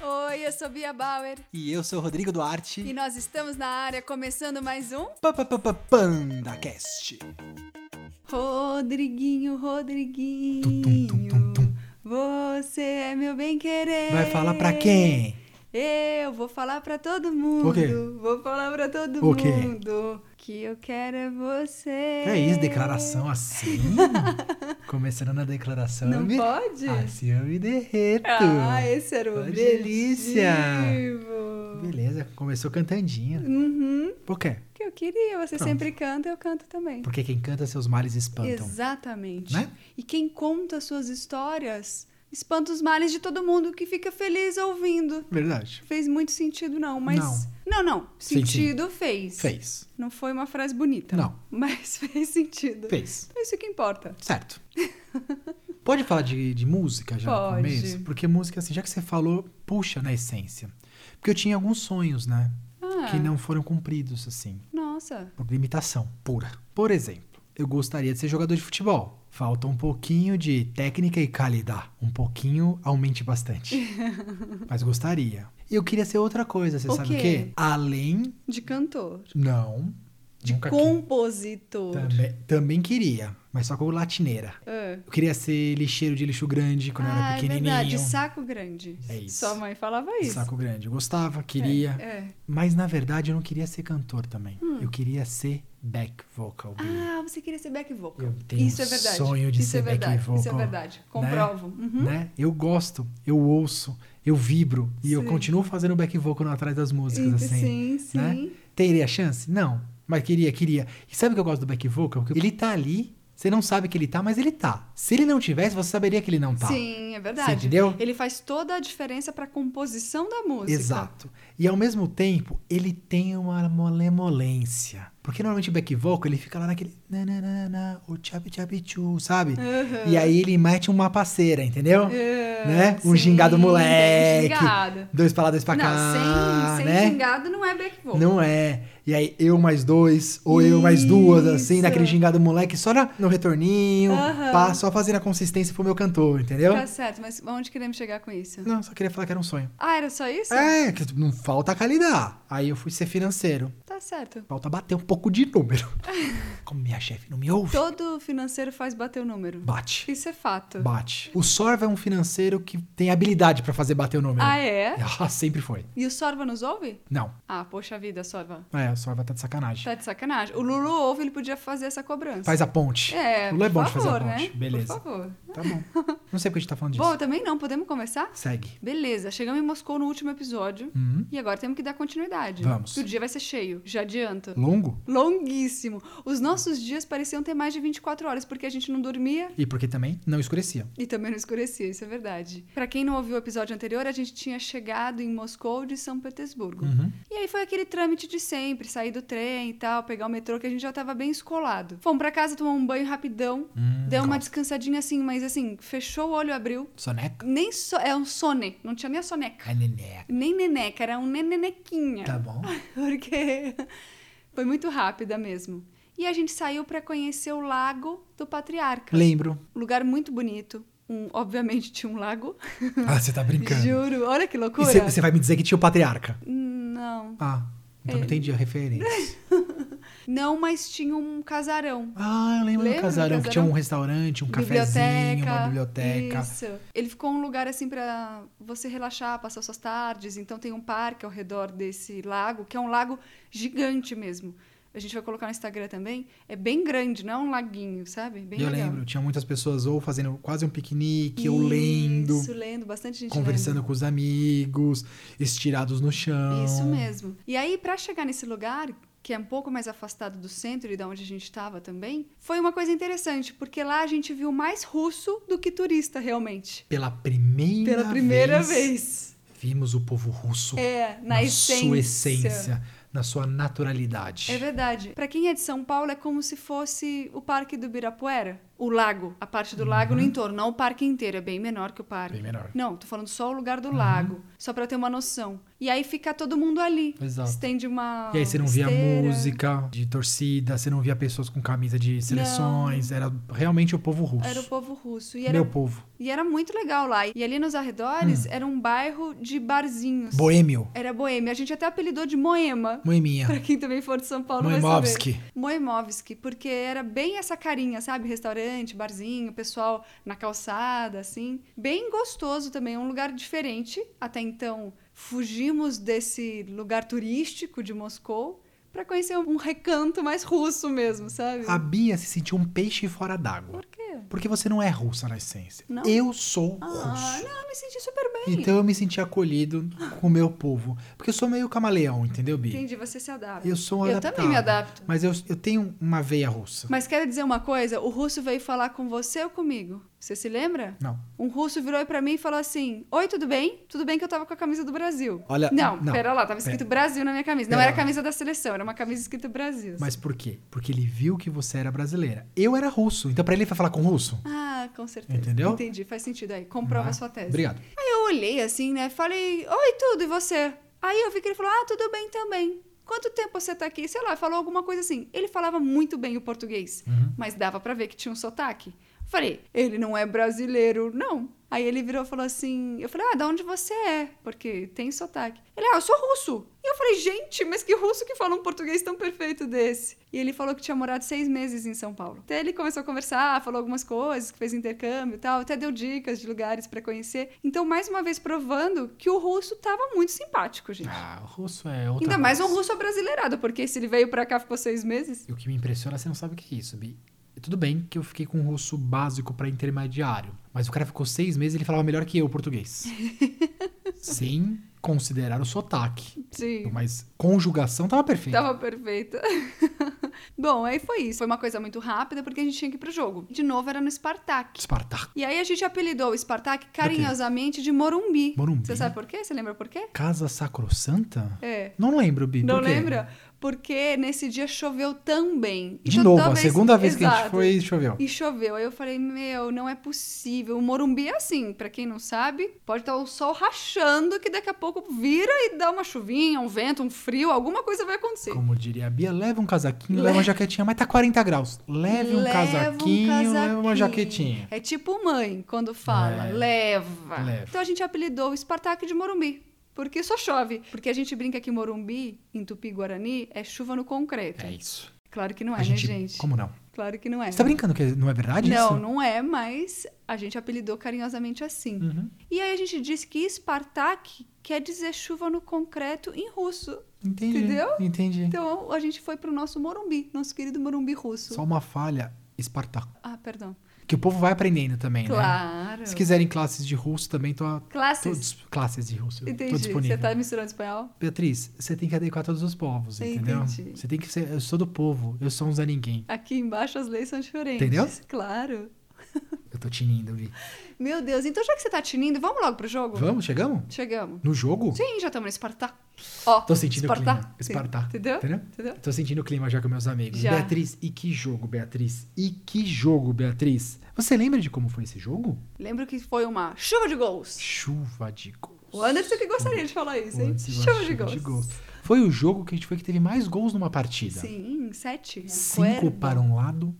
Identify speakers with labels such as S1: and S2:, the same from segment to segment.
S1: Oi, eu sou Bia Bauer
S2: E eu sou o Rodrigo Duarte.
S1: e nós estamos na área começando mais um
S2: Pa, pa, pa, pa, PandaCast.
S1: Rodriguinho,
S2: Tum, tum, tum,
S1: Rodriguinho.
S2: tum.
S1: Você é meu bem querer.
S2: Vai falar pra
S1: É.
S2: quem?
S1: Eu vou falar pra todo mundo.
S2: O quê?
S1: Vou falar pra todo
S2: O quê?
S1: mundo que eu quero é você.
S2: Que é isso, declaração assim? Começando na declaração. eu
S1: Não
S2: me...
S1: pode?
S2: Assim eu me derreto.
S1: Ah, esse era o
S2: Que delícia.
S1: objetivo.
S2: Beleza, começou cantandinha.
S1: Uhum.
S2: Por quê?
S1: Que eu queria, você
S2: Pronto.
S1: sempre canta, eu canto também.
S2: Porque quem canta seus males espantam.
S1: Exatamente.
S2: Né?
S1: E quem conta suas histórias espanta os males de todo mundo que fica feliz ouvindo.
S2: Verdade.
S1: Fez muito sentido, não, mas. Não, não.
S2: Sim, sim.
S1: Sentido fez.
S2: Fez.
S1: Não foi uma frase bonita.
S2: Não.
S1: Mas fez sentido.
S2: Fez.
S1: É isso que importa.
S2: Certo. Pode falar de, de música já
S1: Pode.
S2: no começo? Porque música, assim, já que você falou, puxa na essência. Porque eu tinha alguns sonhos, né?
S1: Ah,
S2: Que não foram cumpridos, assim.
S1: Nossa.
S2: Por limitação pura. Por exemplo, eu gostaria de ser jogador de futebol. Falta um pouquinho de técnica e qualidade. Um pouquinho aumente bastante. Mas gostaria. E eu queria ser outra coisa, você
S1: O
S2: sabe o
S1: quê?
S2: quê? Além.
S1: De cantor.
S2: Não. De
S1: Compositor.
S2: também, também queria, mas só com latineira.
S1: Ah.
S2: Eu queria ser lixeiro de lixo grande quando eu
S1: Ah,
S2: era
S1: é
S2: pequenininho.
S1: verdade. Saco grande.
S2: É isso.
S1: Sua mãe falava isso.
S2: Saco grande. Eu gostava, queria.
S1: É. Hum.
S2: Mas na verdade eu não queria ser cantor também. Eu queria ser back vocal. Bia.
S1: Ah, você queria ser back vocal.
S2: Eu tenho
S1: isso é
S2: um
S1: verdade.
S2: sonho de
S1: isso
S2: ser
S1: é
S2: back
S1: verdade. Isso é
S2: vocal,
S1: verdade. Comprovo. Uhum.
S2: né? Eu gosto, eu ouço, eu vibro e eu
S1: Sim.
S2: continuo fazendo back vocal atrás das músicas
S1: E-
S2: assim.
S1: Uhum. sim, sim.
S2: né? Teria chance? Não, mas queria, queria. E sabe o que eu gosto do back vocal? Que ele tá ali, você não sabe que ele tá, mas ele tá. Se ele não tivesse, você saberia que ele não tá.
S1: Sim, é verdade.
S2: Você entendeu?
S1: Ele faz toda a diferença pra composição da música.
S2: Exato. E ao mesmo tempo, ele tem uma molemolência. Porque normalmente o back vocal, ele fica lá naquele... nananana, o tchabi tchabi tchu, sabe?
S1: Aham.
S2: E aí ele mete uma parceira, entendeu?
S1: É,
S2: né? Um
S1: sim,
S2: gingado
S1: tem
S2: moleque.
S1: Gingado.
S2: Dois pra lá, dois pra
S1: não,
S2: cá,
S1: sem, sem
S2: né?
S1: gingado não é back vocal.
S2: Não é. E aí, eu mais dois, ou eu mais duas, assim,
S1: Isso.
S2: naquele gingado moleque, só na- no retorninho,
S1: Aham.
S2: pá, só fazendo a consistência pro meu cantor, entendeu?
S1: Tá certo, mas onde queremos chegar com isso?
S2: Não, só queria falar que era um sonho.
S1: Ah, era só isso?
S2: É, que não falta qualidade. Aí eu fui ser financeiro.
S1: Tá certo.
S2: Falta bater um pouco de número. Como minha chefe não me ouve,
S1: Todo financeiro faz bater o número.
S2: bate.
S1: Isso é fato.
S2: Bate. O Sorva é um financeiro que tem habilidade pra fazer bater o número.
S1: Ah, é?
S2: Ah, sempre foi.
S1: E o Sorva nos ouve?
S2: Não.
S1: Ah, poxa vida, Sorva.
S2: É, o Sorva tá de sacanagem.
S1: Tá de sacanagem. O Lulu ouve, ele podia fazer essa cobrança.
S2: Faz a ponte.
S1: É,
S2: O Lulu é
S1: por
S2: bom de
S1: favor,
S2: fazer a
S1: né?
S2: ponte. Beleza.
S1: Por favor.
S2: Tá bom. Não sei porque a gente tá falando disso.
S1: Bom, também não, podemos começar?
S2: Segue.
S1: Beleza, chegamos em Moscou no último episódio.
S2: Hum.
S1: E agora temos que dar continuidade.
S2: Vamos.
S1: Que o dia vai ser cheio, já adianto.
S2: Longo?
S1: Longuíssimo. Os nossos dias pareciam ter mais de 24 horas, porque a gente não dormia
S2: E porque também não escurecia.
S1: e também não escurecia, isso é verdade. Pra quem não ouviu o episódio anterior, a gente tinha chegado em Moscou de São Petersburgo.
S2: Uhum.
S1: E aí foi aquele trâmite de sempre, sair do trem e tal, pegar o metrô, que a gente já tava bem escolado. Fomos pra casa tomar um banho rapidão,
S2: Hum,
S1: deu uma
S2: gosto.
S1: descansadinha assim, mas assim, fechou o olho, abriu.
S2: Soneca?
S1: Nem so... É um soné, não tinha nem a soneca.
S2: A neneca.
S1: Nem neneca, era um nenequinha.
S2: Tá bom.
S1: Porque foi muito rápida mesmo. E a gente saiu pra conhecer o Lago do Patriarca.
S2: Lembro.
S1: Um lugar muito bonito. Um, obviamente tinha um lago.
S2: Ah, você tá brincando.
S1: Juro, olha que
S2: E
S1: loucura.
S2: você você vai me dizer que tinha o patriarca?
S1: Não.
S2: Ah, então
S1: É.
S2: não entendi a referência.
S1: Não, mas tinha um casarão.
S2: Ah, eu lembro
S1: Lembra
S2: do
S1: do
S2: casarão, que tinha
S1: casarão?
S2: um restaurante, um cafezinho,
S1: biblioteca.
S2: uma biblioteca.
S1: Isso. Ele ficou um lugar assim pra você relaxar, passar suas tardes. Então tem um parque ao redor desse lago, que é um lago gigante mesmo. A gente vai colocar no Instagram também. É bem grande, não é um laguinho, sabe? Bem
S2: E eu
S1: legal.
S2: lembro, tinha muitas pessoas ou fazendo quase um piquenique, ou lendo,
S1: Isso, lendo, bastante gente
S2: conversando com os amigos, estirados no chão.
S1: lendo. Isso mesmo. E aí, pra chegar nesse lugar, que é um pouco mais afastado do centro e da onde a gente estava também, foi uma coisa interessante, porque lá a gente viu mais russo do que turista, realmente.
S2: Pela primeira
S1: Pela primeira vez.
S2: Vimos o povo russo
S1: É, na,
S2: na sua essência, na sua naturalidade.
S1: É verdade. Pra quem é de São Paulo, é como se fosse o Parque do Ibirapuera. O lago, a parte do lago no entorno, não o parque inteiro, é bem menor que o parque.
S2: Uhum. Bem Uhum. menor.
S1: Não, tô falando só o lugar do lago, só para ter uma noção. E aí fica todo mundo ali.
S2: Exato.
S1: Estende uma
S2: E aí você não via
S1: esteira.
S2: música de torcida, você não via pessoas com camisa de seleções, era realmente o povo russo.
S1: Era o povo russo. E era,
S2: Meu Hum. povo.
S1: e era muito legal lá. E ali nos arredores era um bairro de barzinhos.
S2: Boêmio.
S1: Era boêmia. A gente até apelidou de Moema.
S2: Moeminha.
S1: Pra quem também for de São Paulo vai
S2: Moemovski.
S1: saber. Moemovski, porque era bem essa carinha, sabe? Restaurante, barzinho, pessoal na calçada, assim. Bem gostoso também, um lugar diferente. Até então, fugimos desse lugar turístico de Moscou pra conhecer um recanto mais russo mesmo, sabe?
S2: A Bia se sentiu um peixe fora d'água.
S1: Por quê?
S2: Porque você não é russa na essência.
S1: Não?
S2: Eu sou
S1: Ah,
S2: russo.
S1: não, eu me senti super bem.
S2: Então eu me senti acolhido com o meu povo. Porque eu sou meio camaleão, entendeu, Bia?
S1: Entendi, você é se adapta.
S2: Eu sou
S1: Eu
S2: adaptado.
S1: também me adapto.
S2: Mas eu, eu tenho uma veia russa.
S1: Mas quero dizer uma coisa, o russo veio falar com você ou comigo? Você se lembra?
S2: Não.
S1: Um russo virou pra mim e falou assim: Oi, tudo bem? Tudo bem que eu tava com a camisa do Brasil.
S2: Olha,
S1: Não,
S2: não.
S1: pera lá, tava escrito Brasil na minha camisa. Não
S2: Pera
S1: era a
S2: lá.
S1: camisa da seleção, era uma camisa escrita Brasil.
S2: Mas por quê? Porque ele viu que você era brasileira. Eu era russo. Então pra ele vai falar com russo?
S1: Ah, com certeza.
S2: Entendeu?
S1: Entendi, faz sentido aí. Comprova a
S2: Vai.
S1: sua tese.
S2: Obrigado.
S1: Aí eu olhei assim, né? Falei, oi, tudo, e você? Aí eu vi que ele falou, ah, tudo bem também. Quanto tempo você tá aqui? Sei lá, falou alguma coisa assim. Ele falava muito bem o português, mas dava pra ver que tinha um sotaque. Falei, ele não é brasileiro, não. Aí ele virou e falou assim, eu falei, ah, da onde você é? Porque tem sotaque. Ele, ah, eu sou russo. E eu falei, gente, mas que russo que fala um português tão perfeito desse? E ele falou que tinha morado seis meses em São Paulo. Até ele começou a conversar, falou algumas coisas, que fez intercâmbio e tal, até deu dicas de lugares pra conhecer. Então, mais uma vez, provando que o russo tava muito simpático, gente.
S2: Ah, o russo é outra
S1: Ainda mais um
S2: coisa.
S1: russo brasileirado, porque se ele veio pra cá ficou seis meses.
S2: E o que me impressiona, você não sabe o que é isso, Bi. Tudo bem que eu fiquei com um russo básico pra intermediário, mas o cara ficou seis meses e ele falava melhor que eu o português. Sem considerar o sotaque.
S1: Sim.
S2: Mas conjugação tava perfeita.
S1: Tava perfeita. Bom, aí foi isso. Foi uma coisa muito rápida, porque a gente tinha que ir pro jogo. De novo, era no Spartak.
S2: Espartaco.
S1: E aí a gente apelidou o Spartak carinhosamente de Morumbi.
S2: Morumbi?
S1: Você sabe por quê? Você lembra por quê?
S2: Casa-sacrossanta?
S1: É.
S2: Não lembro, Bi.
S1: Não
S2: por quê?
S1: lembra? Porque nesse dia choveu também.
S2: De
S1: Então,
S2: novo,
S1: talvez-
S2: a segunda vez que a gente
S1: Exato.
S2: foi, choveu.
S1: E choveu. Aí eu falei, meu, não é possível. O Morumbi é assim, pra quem não sabe, pode estar o sol rachando que daqui a pouco vira e dá uma chuvinha, um vento, um frio, alguma coisa vai acontecer.
S2: Como diria a Bia, leva um casaquinho, leva uma jaquetinha, mas tá 40 graus. Leve um casaquinho, leva uma
S1: casaquinho.
S2: jaquetinha.
S1: É tipo mãe quando fala,
S2: É.
S1: leva.
S2: Leva.
S1: Então a gente apelidou o Spartak de Morumbi. Porque só chove. Porque a gente brinca que Morumbi, em Tupi-Guarani, é chuva no concreto.
S2: É isso.
S1: Claro que não é,
S2: a gente,
S1: né, gente?
S2: Como não?
S1: Claro que não é.
S2: Você tá brincando que não é verdade
S1: não,
S2: isso?
S1: não é, mas a gente apelidou carinhosamente assim.
S2: Uhum.
S1: E aí a gente disse que Spartak quer dizer chuva no concreto em russo.
S2: Entendi.
S1: Entendeu?
S2: Entendi.
S1: Então a gente foi pro nosso Morumbi, nosso querido Morumbi russo.
S2: Só uma falha, Espartaco.
S1: Ah, perdão.
S2: Que o povo vai aprendendo também, né?
S1: Claro.
S2: Se quiserem classes de russo, também tô,
S1: Classes.
S2: tô dis- classes de russo. eu Tô
S1: Entendi. Você
S2: disponível.
S1: tá misturando espanhol?
S2: Beatriz, você tem que adequar todos os povos, entendeu?
S1: Entendi.
S2: Você tem que ser. Eu sou do povo, eu sou um Zé Ninguém.
S1: Aqui embaixo as leis são diferentes.
S2: Entendeu?
S1: Claro.
S2: Eu tô tinindo, Vi.
S1: Meu Deus, então já que você tá tinindo, vamos logo pro jogo?
S2: Vamos, chegamos?
S1: Chegamos.
S2: No jogo?
S1: Sim, já estamos no Espartá. Ó,
S2: Tô sentindo
S1: Espartá.
S2: o clima. Espartá.
S1: Sim. Entendeu?
S2: Entendeu?
S1: Entendeu?
S2: Tô sentindo o clima já com meus amigos.
S1: Já.
S2: Beatriz, e que jogo, Beatriz? E que jogo, Beatriz? Você lembra de como foi esse jogo?
S1: Lembro que foi uma chuva de gols.
S2: Chuva de gols.
S1: O Anderson que gostaria de falar isso, hein?
S2: Antes eu
S1: Chuva
S2: acho
S1: de gols.
S2: Foi o jogo que a gente foi que teve mais gols numa partida.
S1: Sim, sete.
S2: Cinco
S1: Acuerdo.
S2: para um lado,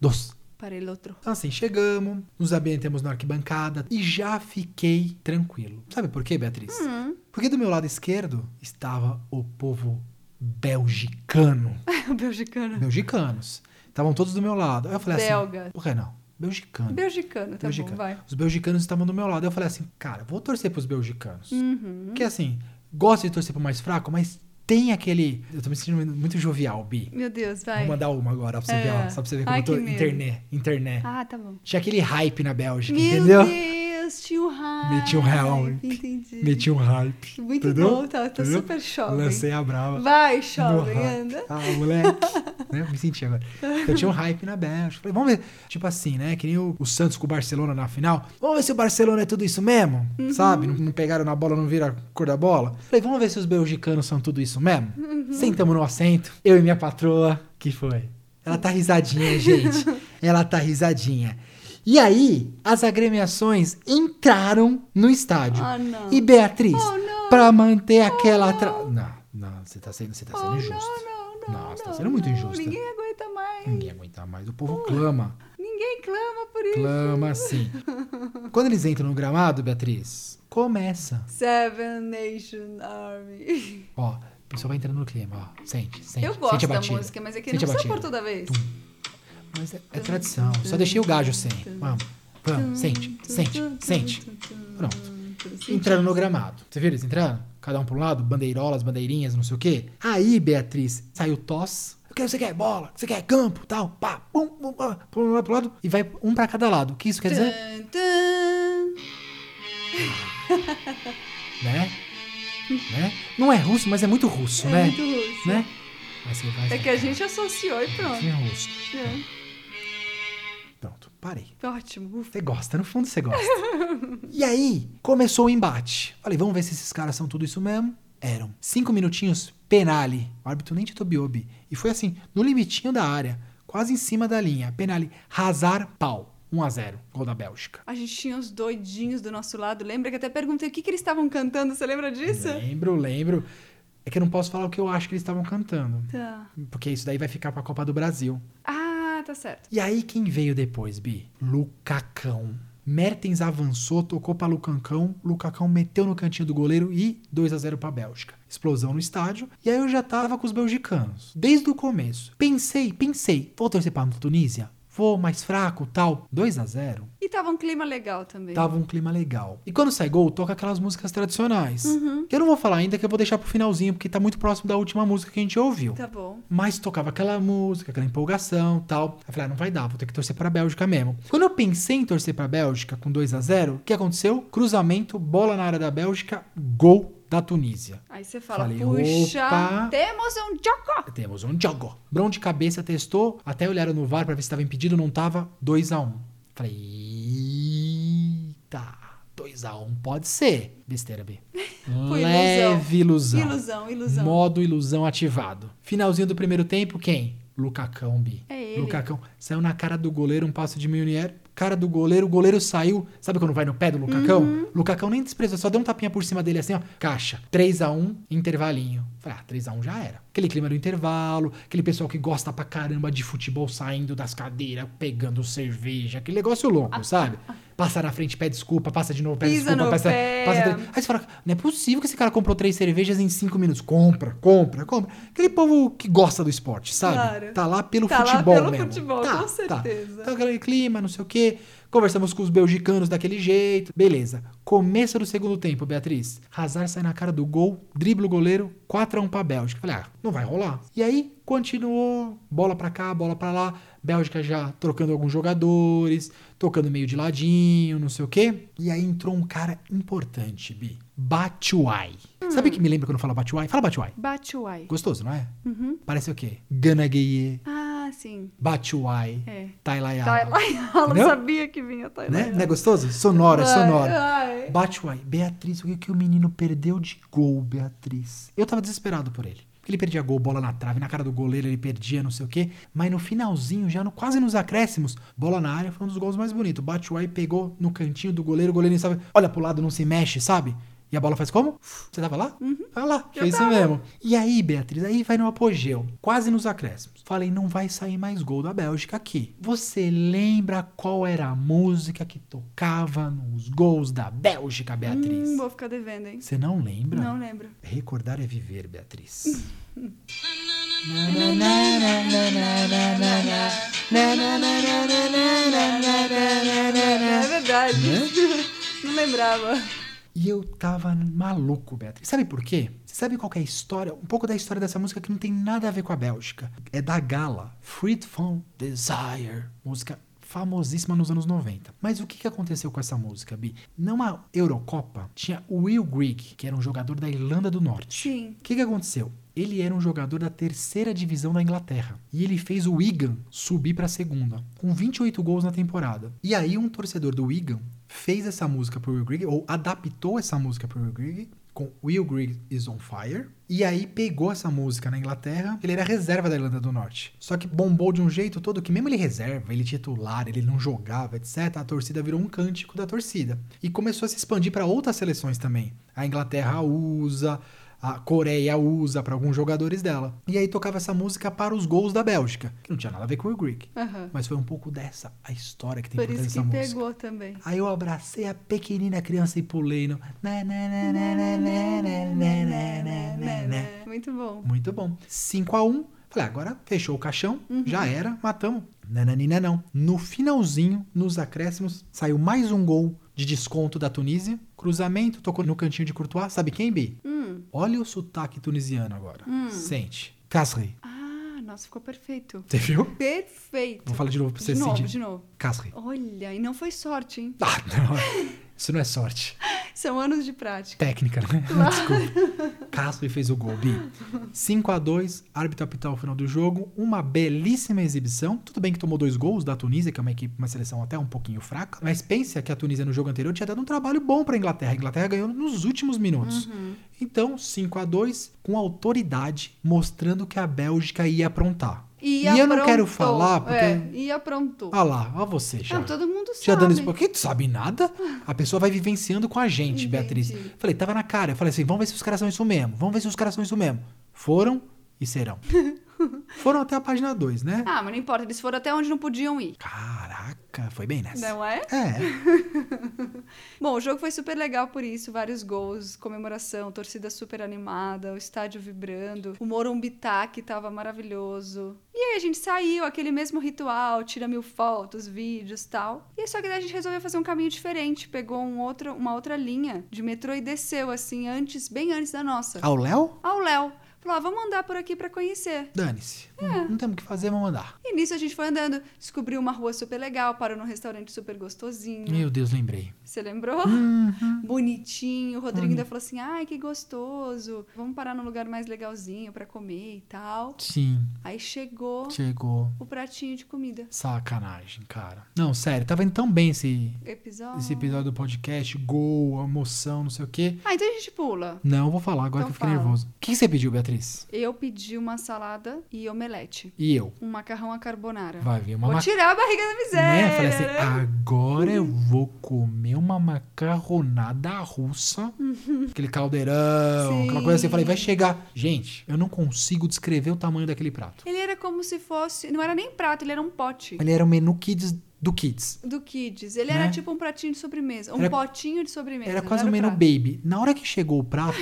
S2: dois.
S1: Para ele outro.
S2: Então assim, chegamos, nos ambientamos na arquibancada e já fiquei tranquilo. Sabe por quê, Beatriz?
S1: Hum.
S2: Porque do meu lado esquerdo estava o povo belgicano.
S1: o belgicano.
S2: Belgicanos. Estavam todos do meu lado. Aí eu falei
S1: Belga.
S2: assim... Porra, não. Belgicano.
S1: Belgicano, tá
S2: Belgicano.
S1: bom, vai.
S2: Os belgicanos estavam do meu lado. Aí Eu falei assim, cara, vou torcer pros belgicanos.
S1: Uhum.
S2: Porque assim, gosto de torcer pro mais fraco, mas tem aquele. Eu tô me sentindo muito jovial, Bi.
S1: Meu Deus, vai.
S2: Vou mandar uma agora pra você
S1: É.
S2: ver, ó. Só pra você ver como
S1: Ai,
S2: eu tô.
S1: que medo.
S2: Internet. Internet.
S1: Ah, tá bom.
S2: Tinha aquele hype na Bélgica,
S1: Meu
S2: entendeu?
S1: Deus, tio Rai.
S2: Meti um real.
S1: Entendi.
S2: Meti um hype.
S1: Muito
S2: entendeu?
S1: bom, tá? Tô
S2: Entendeu?
S1: super jovem.
S2: Lancei a brava.
S1: Vai,
S2: no
S1: jovem,
S2: hype.
S1: anda.
S2: Ah, moleque. né? Me senti agora. Eu tinha um hype na Bélgica. Falei, vamos ver. Tipo assim, né? Que nem o, o Santos com o Barcelona na final. Vamos ver se o Barcelona é tudo isso mesmo,
S1: Uhum.
S2: sabe? Não, não pegaram na bola, não viram a cor da bola. Falei, vamos ver se os belgicanos são tudo isso mesmo.
S1: Uhum.
S2: Sentamos no assento. Eu e minha patroa. Que foi? Ela tá risadinha, gente. Ela tá risadinha. E aí, as agremiações entraram no estádio.
S1: Ah, não.
S2: E Beatriz,
S1: Oh, não.
S2: pra manter aquela. Tra... Não, não, você tá sendo, você tá
S1: Oh,
S2: sendo injusta.
S1: Não, não, não.
S2: Nossa, tá
S1: não,
S2: sendo muito
S1: não.
S2: injusta.
S1: Ninguém é aguenta mais.
S2: Ninguém aguenta mais. O povo clama.
S1: Ninguém clama por isso.
S2: Clama sim. Quando eles entram no gramado, Beatriz, começa.
S1: Seven Nation Army.
S2: Ó, o pessoal vai entrando no clima, ó. Sente, sente.
S1: Eu
S2: sente
S1: gosto
S2: a
S1: da
S2: batida.
S1: música, mas é que
S2: Sente
S1: não
S2: a
S1: precisa
S2: batida.
S1: pôr toda vez.
S2: Mas é, é tradição. Só deixei o gajo sem. Vamos, vamos. Sente, sente, sente. Pronto. Entraram no gramado. Você viu eles entrando? Cada um pra um lado, bandeirolas, bandeirinhas, não sei o quê. Aí, Beatriz, saiu tosse. O que você quer? Bola, o que você quer? Campo, tal, pá, pum, pum, pá, pra um lado, pro lado. E vai um pra cada lado. O que isso quer dizer?
S1: Tum, tum. É.
S2: Né? Né? Não é russo, mas é muito russo,
S1: É
S2: né?
S1: muito russo.
S2: Né? Mas você vai
S1: É que a gente associou e
S2: Sim,
S1: pronto.
S2: é russo.
S1: É.
S2: Pronto, parei.
S1: Ótimo. ufa.
S2: Você gosta, no fundo você gosta. e aí, começou o embate. Falei, vamos ver se esses caras são tudo isso mesmo. Eram cinco minutinhos, penale. O árbitro nem titubiobe. E foi assim, no limitinho da área, quase em cima da linha. Penale, razar pau. 1 a 0 gol da Bélgica.
S1: A gente tinha os doidinhos do nosso lado. Lembra que até perguntei o que, que eles estavam cantando? Você lembra disso?
S2: Lembro, lembro. É que eu não posso falar o que eu acho que eles estavam cantando.
S1: Tá.
S2: Porque isso daí vai ficar pra Copa do Brasil.
S1: Ah, tá certo.
S2: E aí quem veio depois, Bi? Lucacão. Mertens avançou, tocou pra Lucacão, Lucacão meteu no cantinho do goleiro e 2 a 0 pra Bélgica. Explosão no estádio, e aí eu já tava com os belgicanos, desde o começo. Pensei, pensei, vou torcer pra Tunísia? Vou mais fraco, tal. 2 a 0
S1: E tava um clima legal também.
S2: Tava um clima legal. E quando sai gol, toca aquelas músicas tradicionais. Que eu não vou falar ainda, que eu vou deixar pro finalzinho, porque tá muito próximo da última música que a gente ouviu.
S1: Tá bom.
S2: Mas tocava aquela música, aquela empolgação tal. Aí eu falei, ah, não vai dar, vou ter que torcer pra Bélgica mesmo. Quando eu pensei em torcer pra Bélgica com 2 a 0 o que aconteceu? Cruzamento, bola na área da Bélgica, gol da Tunísia.
S1: Aí você fala,
S2: Falei,
S1: puxa,
S2: opa.
S1: temos um choco.
S2: Temos um jogo. Brão de cabeça testou, até olharam no VAR pra ver se tava impedido, não tava, 2 a 1 Falei, eita, 2 a 1 pode ser. Besteira, B.
S1: ilusão.
S2: Leve ilusão.
S1: Ilusão, ilusão.
S2: Modo ilusão ativado. Finalzinho do primeiro tempo, quem? Lucacão, Bi.
S1: É ele.
S2: Lucacão. Saiu na cara do goleiro, um passo de Meunier. Cara do goleiro, o goleiro saiu. Sabe quando vai no pé do Lucacão?
S1: Uhum.
S2: Lucacão nem desprezou, só deu um tapinha por cima dele assim, ó. Caixa. 3x1, intervalinho. Falei, ah, 3x1 já era. Aquele clima do intervalo, aquele pessoal que gosta pra caramba de futebol saindo das cadeiras, pegando cerveja, aquele negócio louco, sabe? Passa na frente, pede desculpa, passa de novo, pede
S1: Ah. Pisa
S2: desculpa,
S1: no
S2: passa,
S1: pé.
S2: passa. Aí você fala, não é possível que esse cara comprou três cervejas em cinco minutos. Compra, compra, compra. Aquele povo que gosta do esporte, sabe?
S1: Claro.
S2: Tá lá pelo
S1: Tá lá
S2: futebol
S1: pelo
S2: mesmo.
S1: futebol,
S2: tá,
S1: com
S2: tá.
S1: certeza.
S2: Tá aquele clima, não sei o quê. Conversamos com os belgicanos daquele jeito. Beleza. Começo do segundo tempo, Beatriz. Hazard sai na cara do gol, dribla o goleiro, 4x1 pra Bélgica. Falei, ah, não vai rolar. E aí, continuou. Bola pra cá, bola pra lá. Bélgica já trocando alguns jogadores, tocando meio de ladinho, não sei o quê. E aí entrou um cara importante, Bi. Batuai. Sabe
S1: Hum.
S2: o que me lembra quando fala Batuai? Fala Batuai.
S1: Bate o ai.
S2: Gostoso, não é?
S1: Uhum.
S2: Parece o quê? Ganageye,
S1: Ah, sim.
S2: Batuai,
S1: É.
S2: Tailaiá.
S1: Tá lá em aula,
S2: Ah. Entendeu?
S1: sabia que vinha tá lá.
S2: Né? Não é gostoso? Sonora, sonora.
S1: Ai.
S2: Batuai. Beatriz, o que, que o menino perdeu de gol, Beatriz? Eu tava desesperado por ele. Porque ele perdia gol, bola na trave, na cara do goleiro ele perdia, não sei o quê. Mas no finalzinho, já no, quase nos acréscimos, bola na área foi um dos gols mais bonitos. Batuai pegou no cantinho do goleiro, o goleiro nem sabe, olha pro lado, não se mexe, sabe? E a bola faz como? Você tava lá? Vai lá,
S1: Uhum. Eu
S2: foi isso é mesmo. E aí, Beatriz, aí vai no apogeu, quase nos acréscimos. Falei, não vai sair mais gol da Bélgica aqui. Você lembra qual era a música que tocava nos gols da Bélgica, Beatriz?
S1: Hum, vou ficar devendo, hein?
S2: Você não lembra?
S1: Não lembro.
S2: Recordar é viver, Beatriz. Né?
S1: É verdade.
S2: Né?
S1: Não lembrava.
S2: E eu tava maluco, Beatriz. Sabe por quê? Você sabe qual que é a história? Um pouco da história dessa música que não tem nada a ver com a Bélgica. É da gala Freed from Desire. Música famosíssima nos anos 90. Mas o que que aconteceu com essa música, Bi? Numa Eurocopa, tinha o Will Grigg, que era um jogador da Irlanda do Norte.
S1: Sim.
S2: O que, que aconteceu? Ele era um jogador da terceira divisão da Inglaterra e ele fez o Wigan subir para a segunda, com 28 gols na temporada. E aí um torcedor do Wigan fez essa música pro Will Grigg, ou adaptou essa música pro Will Grigg, com Will Griggs is on Fire. E aí pegou essa música na Inglaterra. Ele era reserva da Irlanda do Norte. Só que bombou de um jeito todo que mesmo ele reserva, ele é titular, ele não jogava, etc. A torcida virou um cântico da torcida. E começou a se expandir para outras seleções também. A Inglaterra usa, a Coreia usa para alguns jogadores dela. E aí tocava essa música para os gols da Bélgica, que não tinha nada a ver com o Greek.
S1: Aham.
S2: Mas foi um pouco dessa a história que tem por
S1: Por
S2: trás
S1: isso
S2: dessa
S1: que
S2: música.
S1: pegou também.
S2: Aí eu abracei a pequenina criança e pulei no. né, né, né, né, né, né, né, né, né, né, né, né.
S1: É, Muito bom.
S2: Muito bom. 5 a 1 Falei, agora fechou o caixão,
S1: Uhum.
S2: já era, matamos. Né, Nananina não. No finalzinho, nos acréscimos, saiu mais um gol de desconto da Tunísia. Cruzamento, tocou no cantinho de Courtois. Sabe quem, Bi?
S1: Hum.
S2: Olha o sotaque tunisiano agora. Sente. Kasri.
S1: Ah, nossa, ficou perfeito.
S2: Você viu?
S1: Perfeito.
S2: Vou falar de novo pra você
S1: De novo,
S2: sentir.
S1: de novo.
S2: Kasri.
S1: Olha, e não foi sorte, hein?
S2: Ah, não. Isso não é sorte.
S1: São anos de prática.
S2: técnica, né? Desculpa. Castro fez o gol, Bi. 5x2, árbitro apitar o final do jogo, uma belíssima exibição. Tudo bem que tomou dois gols da Tunísia, que é uma equipe, uma seleção até um pouquinho fraca, mas pensa que a Tunísia no jogo anterior tinha dado um trabalho bom pra Inglaterra. A Inglaterra ganhou nos últimos minutos.
S1: Uhum.
S2: Então, 5x2, com autoridade, mostrando que a Bélgica ia aprontar.
S1: E,
S2: eu não quero
S1: aprontou.
S2: falar, porque-
S1: É, e aprontou.
S2: Ah lá, olha você já.
S1: não, todo mundo sabe.
S2: Já dando spoiler. Quem tu sabe nada? A pessoa vai vivenciando com a gente,
S1: Entendi.
S2: Beatriz. Falei, tava na cara. Eu falei assim, vamos ver se os caras são isso mesmo. Vamos ver se os caras são isso mesmo. Foram e serão. Foram até a página 2, né?
S1: Ah, mas não importa, eles foram até onde não podiam ir.
S2: Caraca, foi bem nessa.
S1: Não é?
S2: É,
S1: Bom, o jogo foi super legal por isso, vários gols, comemoração, torcida super animada, o estádio vibrando, o Morumbi tá, que tava maravilhoso. E aí a gente saiu, aquele mesmo ritual, tira mil fotos, vídeos, tal. E só que daí a gente resolveu fazer um caminho diferente, pegou um outro, uma outra linha de metrô e desceu assim antes, bem antes da nossa.
S2: ao Léo,
S1: Ao Léo, falou: ah, "Vamos andar por aqui pra conhecer".
S2: dane-se.
S1: É.
S2: Não, não temos o que fazer, vamos andar.
S1: E nisso a gente foi andando, descobriu uma rua super legal, parou num restaurante super gostosinho.
S2: Meu Deus, lembrei.
S1: Você lembrou?
S2: Uhum.
S1: Bonitinho. O Rodrigo ainda falou assim: ai, que gostoso. Vamos parar num lugar mais legalzinho pra comer e tal.
S2: Sim,
S1: Aí chegou
S2: chegou.
S1: o pratinho de comida.
S2: Sacanagem, cara. Não, sério, tava indo tão bem esse,
S1: Episódio.
S2: esse episódio do podcast. Gol, emoção, não sei o quê.
S1: Ah, então a gente pula.
S2: Não, eu vou falar agora
S1: Então
S2: que eu fiquei
S1: fala.
S2: nervoso. O que que você pediu, Beatriz?
S1: Eu pedi uma salada e omelete.
S2: E eu?
S1: Um macarrão à carbonara.
S2: Vai vir uma
S1: Vou
S2: macarrão.
S1: tirar a barriga da miséria.
S2: Né? Falei assim,
S1: né?
S2: agora eu vou comer uma macarronada russa. Aquele caldeirão,
S1: Sim.
S2: aquela coisa assim. Eu falei, vai chegar. Gente, eu não consigo descrever o tamanho daquele prato.
S1: Ele era como se fosse. Não era nem prato, ele era um pote.
S2: Ele era o menu kids do kids.
S1: Do Kids. Ele
S2: Né?
S1: era tipo um pratinho de sobremesa. Um
S2: Era-
S1: potinho de sobremesa.
S2: Era
S1: não
S2: quase um
S1: o
S2: menu
S1: prato.
S2: baby. Na hora que chegou o prato,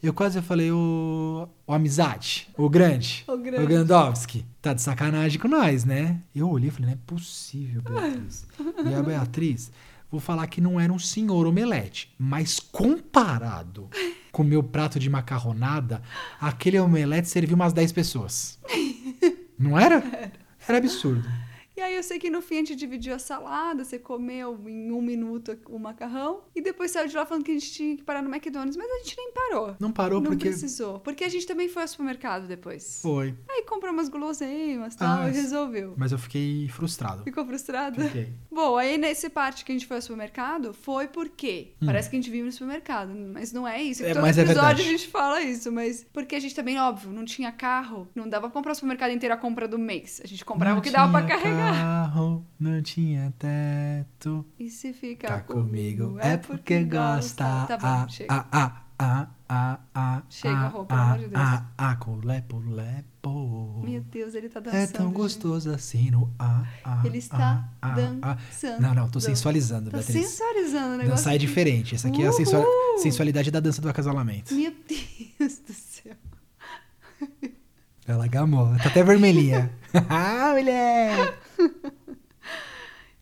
S2: eu quase falei, ô, ô amizade, ô grande,
S1: Ô, grande.
S2: ô Grandowski, tá de sacanagem com nós, né? Eu olhei e falei, não é possível, Beatriz. e a Beatriz, vou falar que não era um senhor omelete, mas comparado com o meu prato de macarronada, aquele omelete serviu umas 10 pessoas. Não era? Era absurdo.
S1: E aí eu sei que no fim a gente dividiu a salada, você comeu em um minuto o macarrão e depois saiu de lá falando que a gente tinha que parar no McDonald's, mas a gente nem parou.
S2: Não parou
S1: Não
S2: porque...
S1: precisou, porque a gente também foi ao supermercado depois.
S2: Foi.
S1: Aí comprou umas guloseimas e tal
S2: Ah,
S1: e
S2: isso.
S1: resolveu.
S2: Mas eu fiquei frustrado.
S1: Ficou frustrada?
S2: Fiquei.
S1: Bom, aí nessa parte que a gente foi ao supermercado, foi porque. Parece que a gente vive no supermercado, mas não é isso.
S2: Hum. É,
S1: Todo
S2: mas é
S1: episódio
S2: verdade.
S1: a gente fala isso, mas. Porque a gente também, óbvio, não tinha carro, não dava pra comprar o supermercado inteiro a compra do mês. A gente comprava
S2: Não
S1: o que dava pra
S2: tinha
S1: carregar.
S2: Carro, não tinha teto.
S1: E se ficar
S2: Tá comigo, é porque gosta.
S1: Tá bom,
S2: Ah,
S1: chega.
S2: ah, ah, ah, ah, ah,
S1: Chega,
S2: ah,
S1: Rô, pelo amor de
S2: ah,
S1: Deus.
S2: Ah, ah, colé, polé, pô.
S1: Meu Deus, ele tá dançando.
S2: ah, É tão
S1: gente.
S2: gostoso assim no ah, ah,
S1: Ele está
S2: ah, ah, ah.
S1: dançando.
S2: Não, não, tô sensualizando,
S1: Tá
S2: Beatriz.
S1: sensualizando o negócio.
S2: Dançar é diferente. Essa aqui é a sensu-
S1: Uhul!
S2: sensualidade da dança do acasalamento.
S1: Meu Deus do céu.
S2: Ela gamou, tá até vermelhinha. ah, mulher!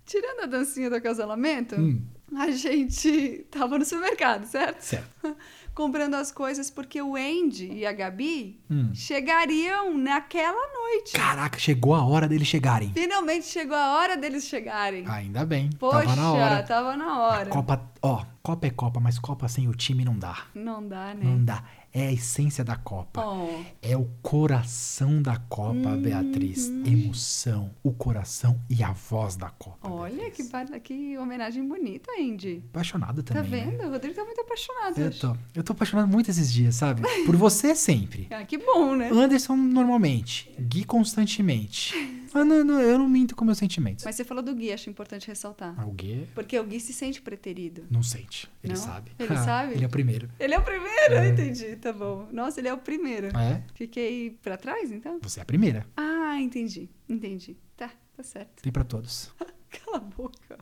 S1: Tirando a dancinha do acasalamento,
S2: Hum,
S1: a gente tava no supermercado, certo?
S2: certo.
S1: Comprando as coisas porque o Andy e a Gabi
S2: Hum.
S1: chegariam naquela noite.
S2: Caraca, chegou a hora deles chegarem.
S1: Finalmente chegou a hora deles chegarem.
S2: Ainda bem.
S1: Poxa,
S2: tava na Ah, hora.
S1: tava na hora.
S2: A Copa, ó, Copa, Copa é Copa, mas Copa sem o time não dá.
S1: Não dá, né?
S2: Não dá. É a essência da Copa.
S1: Oh,
S2: É o coração da Copa,
S1: Uhum.
S2: Beatriz. Emoção, o coração e a voz da Copa.
S1: olha que,
S2: Beatriz.
S1: ba- que homenagem bonita, Andy.
S2: apaixonado
S1: Tá
S2: também. né?
S1: vendo? O Rodrigo tá muito apaixonado.
S2: Eu
S1: hoje.
S2: tô, eu tô apaixonado muito esses dias, sabe? Por você sempre.
S1: Ah, que bom, né?
S2: Anderson normalmente, Gui constantemente. Eu não, não- eu não minto com meus sentimentos.
S1: Mas você falou do Gui, acho importante ressaltar.
S2: Ah, O Gui
S1: Porque o Gui se sente preterido.
S2: não sente, ele
S1: Não?
S2: sabe.
S1: Ele sabe?
S2: Ele é o primeiro.
S1: Ele é o primeiro, eu entendi, tá bom. Nossa, ele é o primeiro.
S2: É,
S1: Fiquei pra trás, então?
S2: você é a primeira.
S1: Ah, entendi, entendi. Tá, tá certo.
S2: Tem pra todos.
S1: Cala a boca.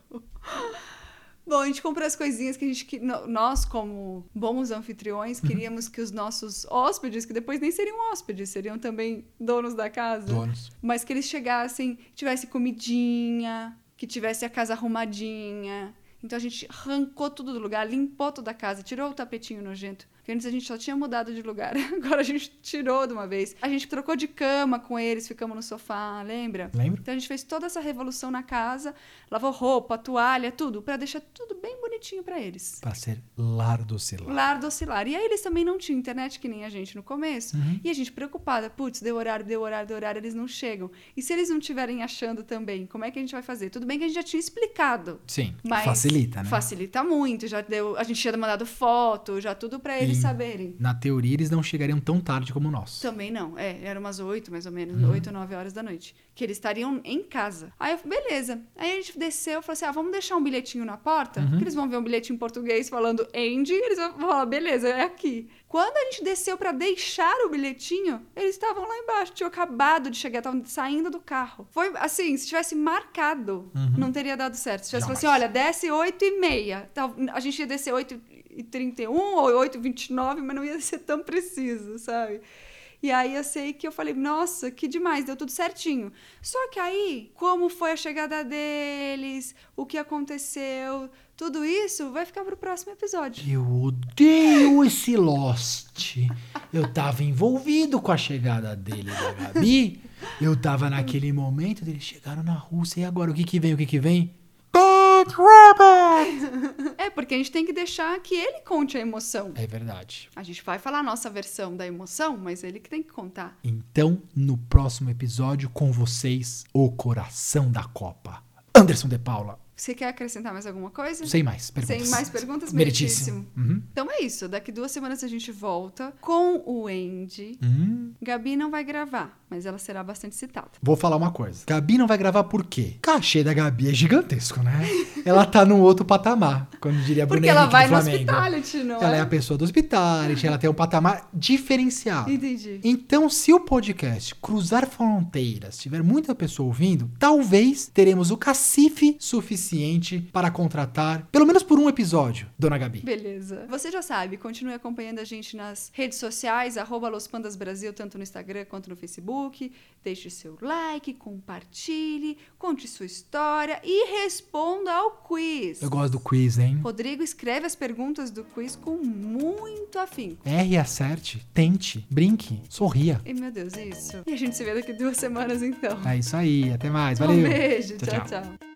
S1: Bom, a gente comprou as coisinhas que a gente. que- no- Nós, como bons
S2: Uhum.
S1: anfitriões, queríamos que os nossos hóspedes, que depois nem seriam hóspedes, seriam também donos da casa.
S2: Donos.
S1: Mas que eles chegassem, tivesse comidinha, que tivesse a casa arrumadinha. Então a gente arrancou tudo do lugar, limpou toda a casa, tirou o tapetinho nojento. Porque antes a gente só tinha mudado de lugar, agora a gente tirou de uma vez. A gente trocou de cama com eles, ficamos no sofá, lembra?
S2: Lembra?
S1: Então a gente fez toda essa revolução na casa, lavou roupa, toalha, tudo, pra deixar tudo bem bonitinho pra eles.
S2: Pra ser lar do celular.
S1: Lar docilar. E aí eles também não tinham internet que nem a gente no começo.
S2: Uhum.
S1: E a gente preocupada, putz, deu horário, deu horário, deu horário, eles não chegam. E se eles não estiverem achando também, como é que a gente vai fazer? Tudo bem que a gente já tinha explicado.
S2: Sim,
S1: Mas
S2: facilita, né?
S1: Facilita muito, já deu, a gente tinha mandado foto, já tudo pra eles
S2: Sim.
S1: saberem.
S2: Na teoria, eles não chegariam tão tarde como nós.
S1: Também não, é, eram umas 8 mais ou menos, 8, 9 horas da noite, que eles estariam em casa. Aí eu falei, beleza. Aí a gente desceu, falou assim: ah, vamos deixar um bilhetinho na porta, que eles vão ver um bilhete em português falando Andy, eles vão falar, beleza, é aqui. Quando a gente desceu pra deixar o bilhetinho, eles estavam lá embaixo, tinham acabado de chegar, estavam saindo do carro. Foi assim: se tivesse marcado, não teria dado certo. Se tivesse falado assim:
S2: Jamais.
S1: olha, desce 8 e meia, tal- a gente ia descer 8 e 31 ou 8 e 29, mas não ia ser tão preciso, sabe? E aí eu sei que eu falei, nossa, que demais, deu tudo certinho. Só que aí, como foi a chegada deles, o que aconteceu, tudo isso vai ficar pro próximo episódio.
S2: Eu odeio esse Lost. Eu tava envolvido com a chegada dele da Gabi. Eu tava naquele momento eles chegaram na Rússia. E agora, o que que vem? O que que vem? Bad Robot!
S1: É, porque a gente tem que deixar que ele conte a emoção.
S2: É verdade.
S1: A gente vai falar a nossa versão da emoção, mas ele que tem que contar.
S2: Então, no próximo episódio, com vocês, o coração da Copa. Anderson De Paula.
S1: Você quer acrescentar mais alguma coisa?
S2: Sem mais perguntas.
S1: Sem mais perguntas,
S2: Meritíssimo. Uhum.
S1: Então é isso. Daqui duas semanas a gente volta com o Andy.
S2: Hum.
S1: Gabi não vai gravar, mas ela será bastante citada.
S2: Vou falar uma coisa. Gabi não vai gravar por quê? Cachê da Gabi é gigantesco, né? Ela tá num outro patamar, quando diria Bruno
S1: Porque ela
S2: Henrique
S1: vai
S2: É do
S1: no
S2: Flamengo.
S1: hospitality, não
S2: Ela é
S1: é?
S2: a pessoa do hospitality, ela tem um patamar diferenciado.
S1: Entendi.
S2: Então, se o podcast cruzar fronteiras, tiver muita pessoa ouvindo, talvez teremos o cacife suficiente para contratar, pelo menos por um episódio, Dona Gabi.
S1: Beleza. Você já sabe, continue acompanhando a gente nas redes sociais, arroba Los Pandas Brasil, tanto no Instagram quanto no Facebook. Deixe seu like, compartilhe, conte sua história e responda ao quiz.
S2: Eu gosto do quiz, hein?
S1: Rodrigo escreve as perguntas do quiz com muito afinco.
S2: Erre, acerte, tente, brinque, sorria.
S1: E meu Deus, é isso. E a gente se vê daqui duas semanas então.
S2: É isso aí, até mais,
S1: Um
S2: valeu.
S1: beijo,
S2: Tchau,
S1: tchau.
S2: tchau.
S1: tchau.